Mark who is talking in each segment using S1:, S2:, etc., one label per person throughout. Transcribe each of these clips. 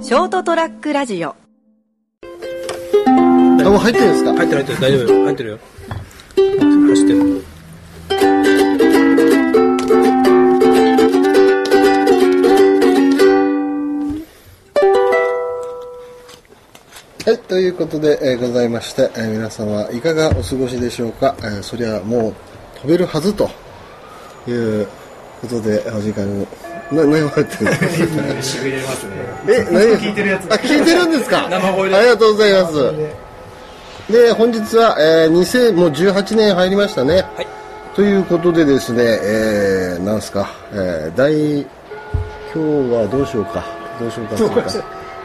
S1: ショートトラックラジオ
S2: あ、もう入ってるんですか
S3: 入ってる入ってる 大丈夫よ入ってるよ走ってる
S2: はい、ということで、えーございまして、えー皆様いかがお過ごしでしょうか、えーそりゃもう飛べるはずということで、お時間に。な、何を入ってるんですか
S4: しびれますね
S2: え、何
S4: 聞いてるやつ
S2: あ、聞いてるんですか
S4: 生声で
S2: ありがとうございます。で、本日は、えー、2018年入りましたね。
S3: はい
S2: ということでですね、えー、なんすか、えー、第、今日はどうしようか、どうしようか、そうか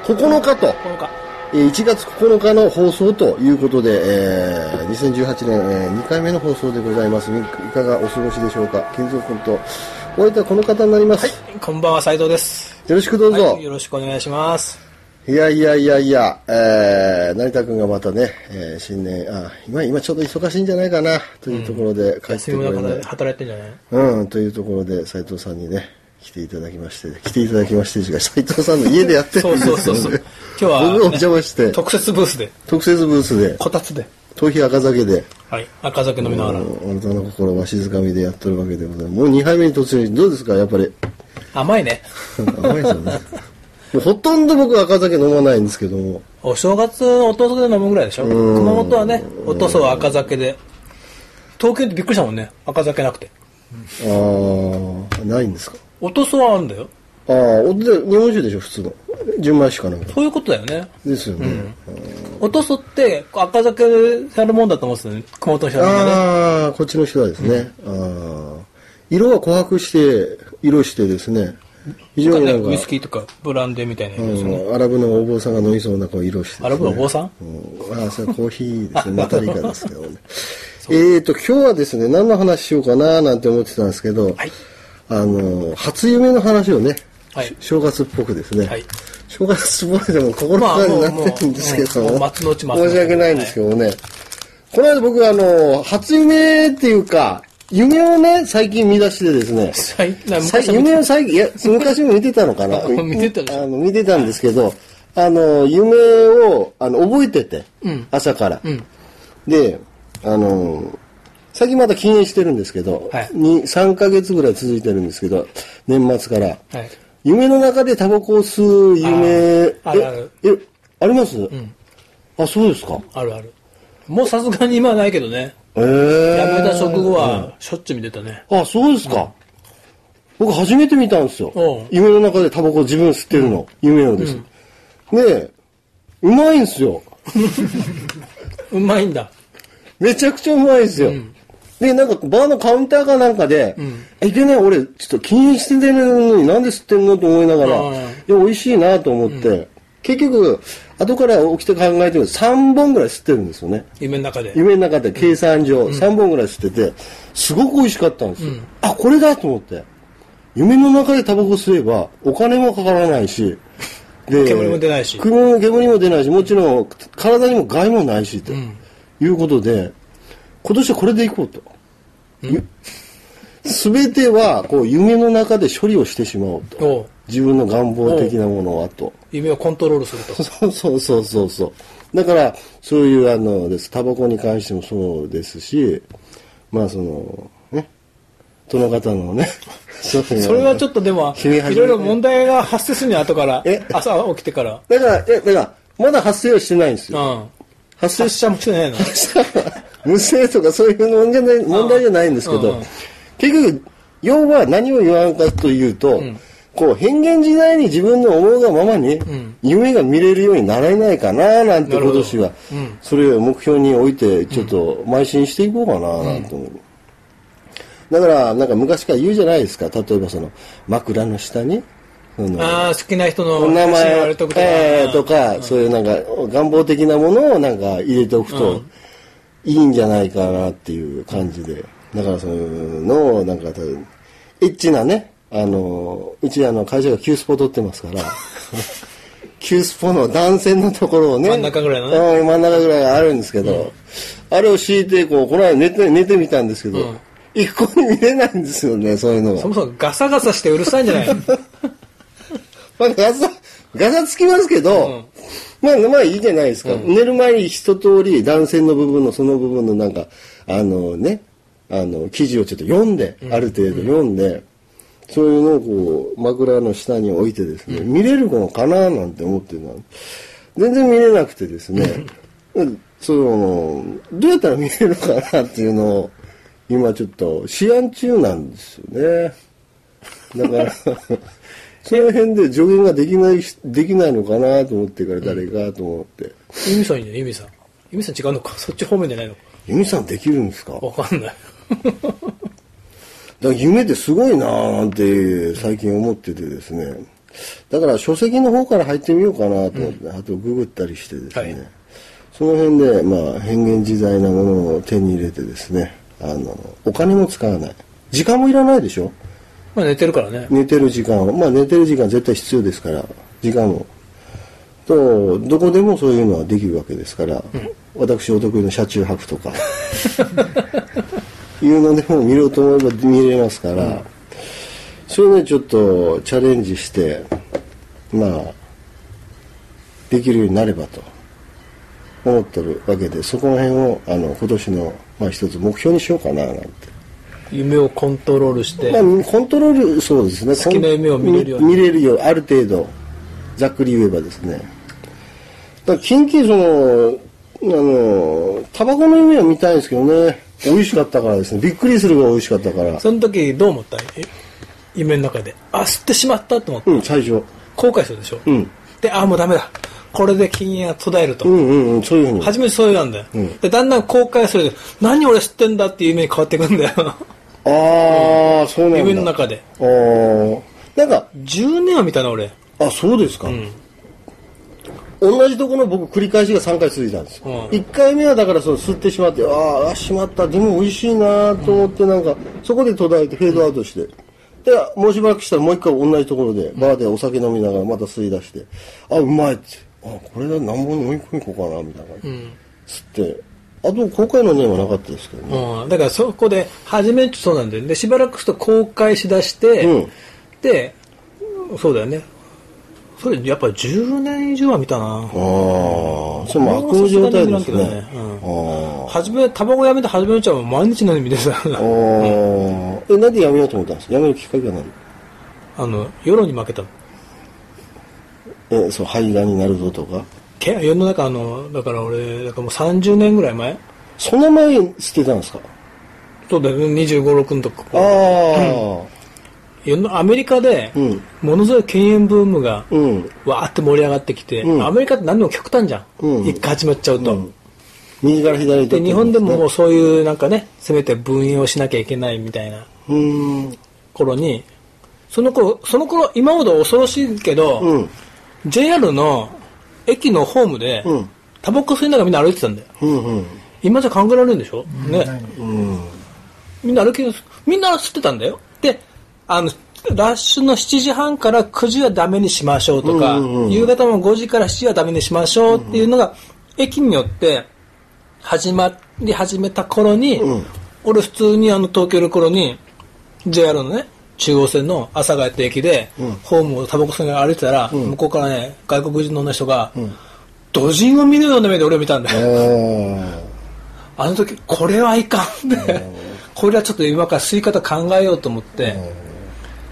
S2: 9日と。えー1月9日の放送ということで、えー2018年、え2回目の放送でございます。いかがお過ごしでしょうか金蔵君と、お相手はこの方になります。
S3: こんばんは斉藤です
S2: よろしくどうぞ。
S3: はい、よろしくお願いします
S2: いやいやいやいや、えー、成田君がまたね、えー新年、あ、今、今ちょっと忙しいんじゃないかな、というところで帰って
S3: 休
S2: こ
S3: み
S2: れな
S3: の
S2: い、
S3: 中で働いてんじゃない
S2: うん、というところで、斉藤さんにね、来ていただきまして、来ていただきまして、違う斉藤さんの家でやってる
S3: そ
S2: ん
S3: う
S2: です
S3: そ
S2: よ、
S3: う
S2: ね。
S3: そう そう今日は、
S2: 僕がお邪魔して、
S3: 特設ブースで
S2: 特設ブースで、
S3: こたつで
S2: 頭皮赤酒で、
S3: はい赤酒飲みながら、
S2: うんあなたの心は静かみでやっとるわけでございます。もう2杯目に突入、どうですか、やっぱり。
S3: 甘いね
S2: 甘いですよね。 もうほとんど僕赤酒飲まないんですけども、
S3: お正月のお父さんで飲むぐらいでしょ熊本はねお父さんは赤酒で東京ってびっくりしたもんね赤酒なくて
S2: あー、ないんですか
S3: お父さんはあるんだよ
S2: ああ、おで日本酒でしょ、普通の。純米酒かなんか。
S3: そういうことだよね
S2: ですよね。
S3: おとそって赤酒やるもんだと思ってたのに熊本の人はみんなね
S2: ああ、こっちの人はですね。ああ色は琥珀して、色してですね。非常に
S3: な
S2: なんん
S3: か
S2: か、
S3: ウイスキーとかブランデーみたいな色ですよね
S2: うんアラブのお坊さんが飲みそうなこう色してですね、
S3: アラブのお坊さん
S2: うんああ、それはコーヒーですね。またリカです けどね。えっと、今日はですね、何の話しようかななんて思ってたんですけど、
S3: はい
S2: あの、初夢の話をね、
S3: はい
S2: 正月っぽくですね。
S3: はい
S2: 正月っぽいでも心の中になってるんですけど、
S3: まあもうもうもう松の内松の内
S2: 申し訳ないんですけどね。この間僕、あの、初夢っていうか、夢をね、最近見出してですね。
S3: 最な昔は見
S2: 最
S3: て
S2: 夢を最近、いや、昔も見てたのか な。
S3: 見てたでしょ
S2: あの、見てたんですけど、あの、夢を、あの、覚えてて、朝から、で、あの、最近まだ禁煙してるんですけど、
S3: はい
S2: に3ヶ月ぐらい続いてるんですけど、年末から。
S3: はい
S2: 夢の中でタバコを吸う夢、
S3: あーあるある
S2: え、え、あります、あ、そうですか。
S3: あるあるもうさすがに今はないけどね
S2: え
S3: 辞
S2: え
S3: めた食後はしょっちゅう見てたね
S2: あ、そうですか。僕初めて見たんですよ
S3: うん。
S2: 夢の中でタバコを自分吸ってるの。夢をです。ねえ、うまいんですよ。
S3: うまいんだ
S2: めちゃくちゃうまいんですよ。で、なんか、バーのカウンターかなんかで、え、でね、俺、ちょっと禁煙してるのになんで吸ってんのと思いながら、
S3: うん
S2: いや、美味しいなと思って、結局、後から起きて考えてる3本ぐらい吸ってるんですよね。
S3: 夢の中で
S2: 夢の中で計算上3本ぐらい吸ってて、すごく美味しかったんですよ。あ、これだと思って。夢の中でタバコ吸えば、お金もかからないし、で
S3: 煙も出ないし
S2: 煙も煙も出ないし、もちろん体にも害もないし、ということで、今年はこれでいこうと。すべては、こう、夢の中で処理をしてしまおうと。
S3: おう
S2: 自分の願望的なものはと。
S3: 夢をコントロールする と
S2: そうそうそうそうそう。だから、そういう、あの、です。タバコに関してもそうですし、まあ、その、ね、殿方のね、そ
S3: それはちょ
S2: っ
S3: っとでも
S2: 君初めて
S3: いろいろ問題が発生するには後から
S2: え
S3: 朝起きてから
S2: と。だから、え、だから、まだ発生はしてないんです
S3: う
S2: よ。
S3: ん
S2: 発生
S3: 出社もしてないの
S2: 無声とかそういう問題じゃない問題じゃないんですけ
S3: うんう
S2: ど
S3: ん、
S2: 結局、要は何を言わんかというと、こう、変幻時代に自分の思うがままに、夢が見れるようにならないかな、なんて
S3: なる
S2: 今
S3: ほど
S2: 年は、それを目標に置いて、ちょっと邁進していこうかな、なんて思う。だから、なんか昔から言うじゃないですか、例えばその、枕の下に、その
S3: ああ好きな人の
S2: お名
S3: 写真
S2: 前
S3: を貼るとか
S2: えーとか、そういうなんか願望的なものをなんか入れておくといいんじゃないかなっていう感じで、だからそういうのをなんか例えばエッチなねあのうちあの会社が旧スポ取ってます から旧スポの断線のところをね
S3: 真ん中ぐらいのね
S2: うん真ん中ぐらいあるんですけど、あれを敷いてこうこの間寝て寝てみたんですけど、
S3: うん
S2: 一向に見れないんですよねそういうのが
S3: そもそもガサガサしてうるさいんじゃないの
S2: まあ、ガサ、ガサつきますけど、まあ、まあいいじゃないですか。寝る前に一通り、断線の部分のその部分のなんか、あのね、あの、記事をちょっと読んで、ある程度読んで、そういうのをこう、枕の下に置いてですね、見れるのかななんて思ってた全然見れなくてですね、その、どうやったら見れるかなっていうのを、今ちょっと、試案中なんですよね。だから、 その辺で助言ができないし、できないのかなと思ってから誰かと思って。
S3: ユミさんいいね、ユミさん。ユミさん違うのかそっち方面じゃないのか
S2: ユミさんできるんですかだか
S3: わかんない。
S2: ら夢ってすごいなーなんて最近思っててですね。だから書籍の方から入ってみようかなと思って、あとググったりしてですね。
S3: はい
S2: その辺で、まあ、変幻自在なものを手に入れてですね。あの、お金も使わない。時間もいらないでしょ
S3: まあ寝てるからね。
S2: 寝てる時間をまあ寝てる時間絶対必要ですから時間をとどこでもそういうのはできるわけですから、私お得意の車中泊とか いうのでも見ようと思えば見れますから、それでちょっとチャレンジしてまあできるようになればと思ってるわけでそこら辺をあの今年の、まあ、一つ目標にしようかななんて
S3: 夢をコントロールして。
S2: まあ、コントロールそうですね
S3: 好きな夢を見れるように
S2: 見見れるようある程度ざっくり言えばですねだから近々そのあのタバコの夢を見たいんですけどね美味しかったからですねびっくりするが美味しかったから
S3: その時どう思ったえ夢の中で。あ、吸ってしまったと思って。
S2: うん最初
S3: 後悔するでしょ。
S2: うん
S3: で、あ、もうダメだ。これで禁煙が途絶えると。
S2: うんうんうんそういうふうに
S3: 初めそういうなんだよ、で、だんだん後悔するで、何俺吸ってんだっていう夢に変わっていくんだ よ。
S2: ああそうなんだ
S3: 夢の中で。
S2: あーなんか
S3: 10年は見たな、俺。
S2: あそうですか、同じところの僕繰り返しが3回続いたんですよ、
S3: うん
S2: 1回目はだからその吸ってしまってあーあしまったでも美味しいなと思ってなんか、そこで途絶えてフェードアウトして、でもうしばらくしたらもう一回同じところでバーでお酒飲みながらまた吸い出してあうまいってあこれで何本飲み込みこうかなみたいな感じ、吸ってあと後悔の念はなかったですけどね、
S3: うん。だからそこで、初めそうなんだよね。で、しばらくすると後悔しだして、
S2: うん
S3: で、そうだよね。それ、やっぱ10年以上は見たな。
S2: ああそれも悪の状態ですね
S3: もうさすがに見らんけどね
S2: ああ
S3: 初め、タバコやめて初めのうちはもう毎日のように見てた。
S2: あーえ、なんでやめようと思ったんですかやめるきっかけは何
S3: あの、世論に負けたの。
S2: え、そう、肺がんになるぞとか。
S3: け世の中あの、だから俺、だからもう30年ぐらい前
S2: その前に捨てたんですか
S3: そうだよね、25、6のと
S2: ああ
S3: こ。世のアメリカで、
S2: うん
S3: ものすごい禁煙ブームが、
S2: ー、うん。
S3: わーって盛り上がってきて、
S2: うん
S3: アメリカって何でも極端じゃん。
S2: うん
S3: 一回始まっちゃうと。
S2: うん右から左に取
S3: で、
S2: って
S3: 日
S2: くる
S3: 本
S2: ん
S3: です
S2: ね
S3: ももうそういうなんかね、せめて分煙をしなきゃいけないみたいな
S2: うーん。
S3: 頃に、その頃、その頃、今ほど恐ろしいけど、
S2: うん。
S3: JR の駅のホームで、
S2: うん
S3: タバコ吸いながらみんな歩いてたんだよ。
S2: うん。うん。
S3: 今じゃ考えられるんでしょ、ね。みんな歩き、みんな吸ってたんだよ。で、あの、ラッシュの7時半から9時はダメにしましょうとか、
S2: うんうんうん
S3: 夕方も5時から7時はダメにしましょうっていうのが、駅によって始まり始めた頃に、
S2: うん
S3: 俺普通にあの東京の頃に、JR のね、中央線の朝ヶ谷って駅で、ホームをタバコ吸いながら歩いてたら、向こうからね、外国人の女の人が、ドジンを見るような目で俺を見たんだよ。
S2: あー
S3: あの時これはいかんで、これはちょっと今から吸い方考えようと思って、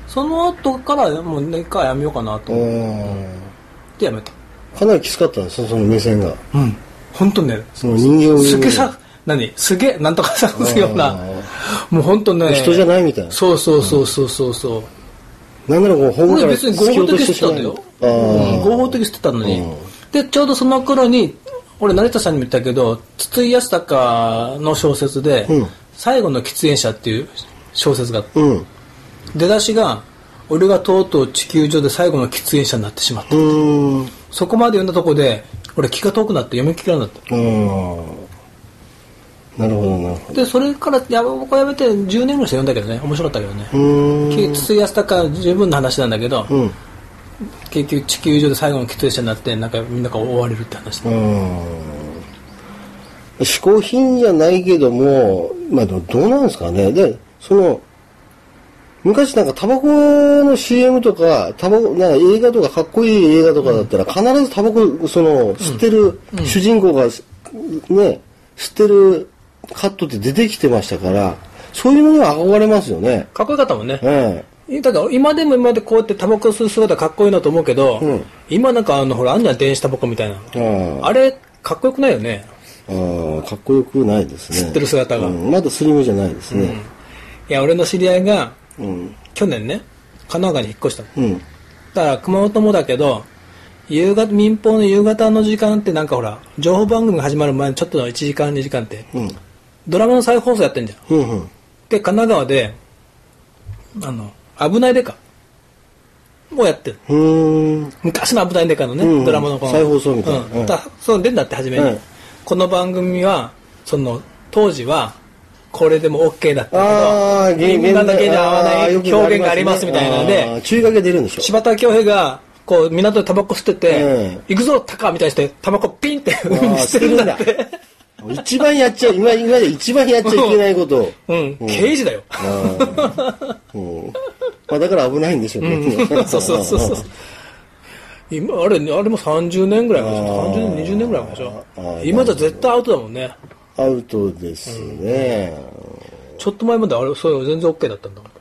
S3: その後からもう一回やめようかなと
S2: あ
S3: 思っ
S2: ー。
S3: てやめた。
S2: かなりきつかったんですよ、その目線が。
S3: うん。本当ね、
S2: その人間を見る
S3: すげえさ、何すげえ、なんとかさんすような
S2: あー、
S3: もう本当ね、
S2: 人じゃないみたいな
S3: そうそうそうそうそうそう。
S2: なんならこう、ホーム
S3: 俺
S2: から
S3: 別に合
S2: 突き
S3: 法
S2: 落とし
S3: 的
S2: て
S3: に吸って
S2: したま
S3: んだよ。
S2: あ
S3: うん合
S2: ー
S3: 法的に吸ってたのに
S2: うん。
S3: で、ちょうどその頃に、俺、成田さんにも言ったけど、筒井康隆の小説で
S2: うん、
S3: 最後の喫煙者っていう小説があって、
S2: うん。う
S3: 出だしが、俺がとうとう地球上で最後の喫煙者になってしまった。
S2: ーん。
S3: そこまで読んだとこで、俺気が遠くなって読み聞かなくなっ
S2: あーなるほど、なるほ
S3: た。で、それからやばこやめて10年ぐらいして読んだけどね、面白かったけどね。
S2: ど。うーん。
S3: 筒井康隆は十分な話なんだけど、
S2: うん。
S3: 結局地球上で最後の喫煙者になって、なんかみんなが追われるって話だ。
S2: うん嗜好品じゃないけども、まあ、どどうなんですかね。で、その、昔なんかタバコの CM とか、タバコ、なんか映画とかかっこいい映画とかだったら、必ずタバコ、その、吸ってる、主人公が、ね、吸ってるカットって出てきてましたから、そういうのには憧れますよね。
S3: かっこよかったもんね。
S2: え
S3: だから今でも今までこうやってタバコ吸う姿かっこいいなと思うけど、
S2: うん
S3: 今なんかあのほらあんじゃん電子タバコみたいなの、
S2: えああ
S3: あれかっこよくないよね
S2: ああ、かっこよくないですね。
S3: 吸ってる姿が
S2: うんまだスリムじゃないですね。
S3: いや俺の知り合いが
S2: うん。
S3: 去年ね神奈川に引っ越したの
S2: うん。
S3: だから熊本もだけど夕方民放の夕方の時間ってなんかほら情報番組が始まる前のちょっとの1時間2時間って
S2: うん。
S3: ドラマの再放送やってんじゃん
S2: うん。うん。
S3: で神奈川であの危ないデカをやってる
S2: うーん。
S3: 昔の危ないデカのね、
S2: うんうん
S3: ドラマのこの
S2: 再放送みたいな
S3: うん
S2: うん
S3: だからそう出んだって初めに、
S2: うん
S3: この番組はその当時はこれでも OK だった
S2: ああ、
S3: けどみんなだけに合わな
S2: あー
S3: い
S2: よく
S3: 表現がありますみたいなので、
S2: あー注意書きが出るんでしょ。
S3: 柴田恭平がこう港でタバコ吸ってて
S2: うん
S3: 「行くぞタカ!」みたいにしてタバコピンって海
S2: あ
S3: に
S2: ー
S3: 捨てるんだって
S2: 一番やっちゃ、今、今まで一番やっちゃいけないことを。
S3: うん刑事だよ
S2: あーうんまあだから危ないんでしょうね。
S3: そうそうそうそう今あれあれも30年ぐらい前でしょ
S2: あー
S3: 30年20年ぐらい前でし
S2: あー
S3: ょ今じゃ絶対アウトだもんね
S2: アウトですね。
S3: ちょっと前まであれそういうの全然 OK だったんだもん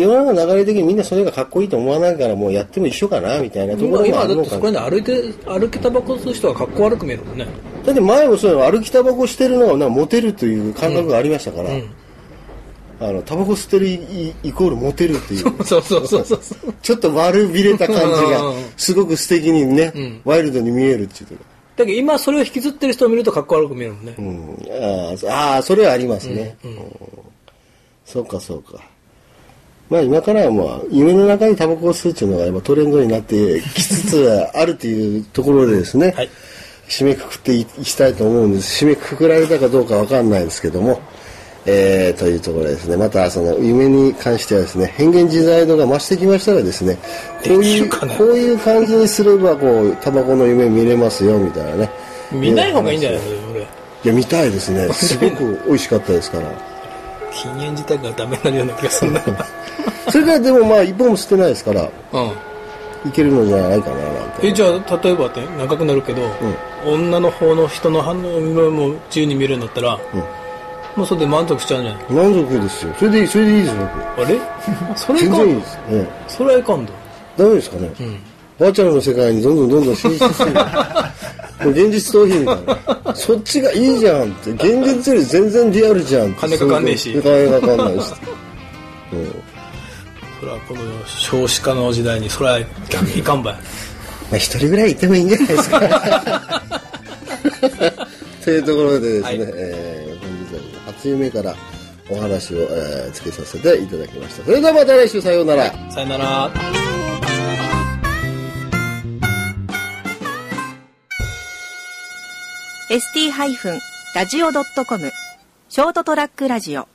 S2: 世の中の流れ的にみんなそれがかっこいいと思わないからもうやっても一緒かなみたいなとこ
S3: 今
S2: ろも
S3: 今
S2: あ
S3: だ
S2: る
S3: っ
S2: の
S3: て
S2: か
S3: そこ
S2: な。
S3: に歩いて歩きタバコ吸う人はかっこ悪く見えるもんね
S2: だって前もそういうの歩きタバコしてるのがなんかモテるという感覚がありましたから、
S3: ん
S2: あのタバコ吸ってるイイイコールモテるという。
S3: そうそうそうそうそう
S2: ちょっと悪びれた感じが
S3: うんうんうん、
S2: すごく素敵にね、ワイルドに見えるっていうとこ
S3: だけど今それを引きずってる人を見るとかっこ悪く見えるもんね
S2: うん、あーあー、それはありますね。うんそうか、そうか。まあ今からはまあ、夢の中にタバコを吸うっていうのが今トレンドになってきつつあるというところでですね、
S3: はい
S2: 締めくくっていきたいと思うんです。締めくくられたかどうかわかんないですけども、えー、というところですね。またその夢に関してはですね、変幻自在度が増してきましたらですね、こうい
S3: できる
S2: う、
S3: かな
S2: こういう感じにすれば、こう、タバコの夢見れますよ、みたいなね。
S3: 見ない方がいいんじゃないの俺
S2: いや、見たいです ね。すごく美味しかったですから。
S3: 禁煙自体がダメになるような気がするな
S2: それからでもまあ、一本も捨てないですから、
S3: うん
S2: いけるのじゃないかな、なんて。
S3: えじゃあ例えばって長くなるけど、女の方の人の反応をも自由に見れるんだったら、もうそれで満足しちゃうんじゃない
S2: 満足ですよ。それでいい、それでいいです、
S3: あれそれ
S2: 僕。
S3: い
S2: 全
S3: かん
S2: 然いいです。ええ
S3: それはいかんだ
S2: ダメですかね。バーチャルの世界にどんどんどんどん進出してる。もう現実逃避みたいな。そっちがいいじゃんって。現実より全然リアルじゃんって
S3: 金かかんねえし
S2: そういうこと金かかんないし。うん
S3: それはこの少子化の時代にそれは逆にいかんばい
S2: まあ、一人ぐらいいてもいいんじゃないですか。というところでですね、
S3: はい
S2: えー本日は初夢からお話を、えーつけさせていただきました。それではまた来週さようなら。
S3: さよなら
S1: ー ST-radio.com ショートトラックラジオ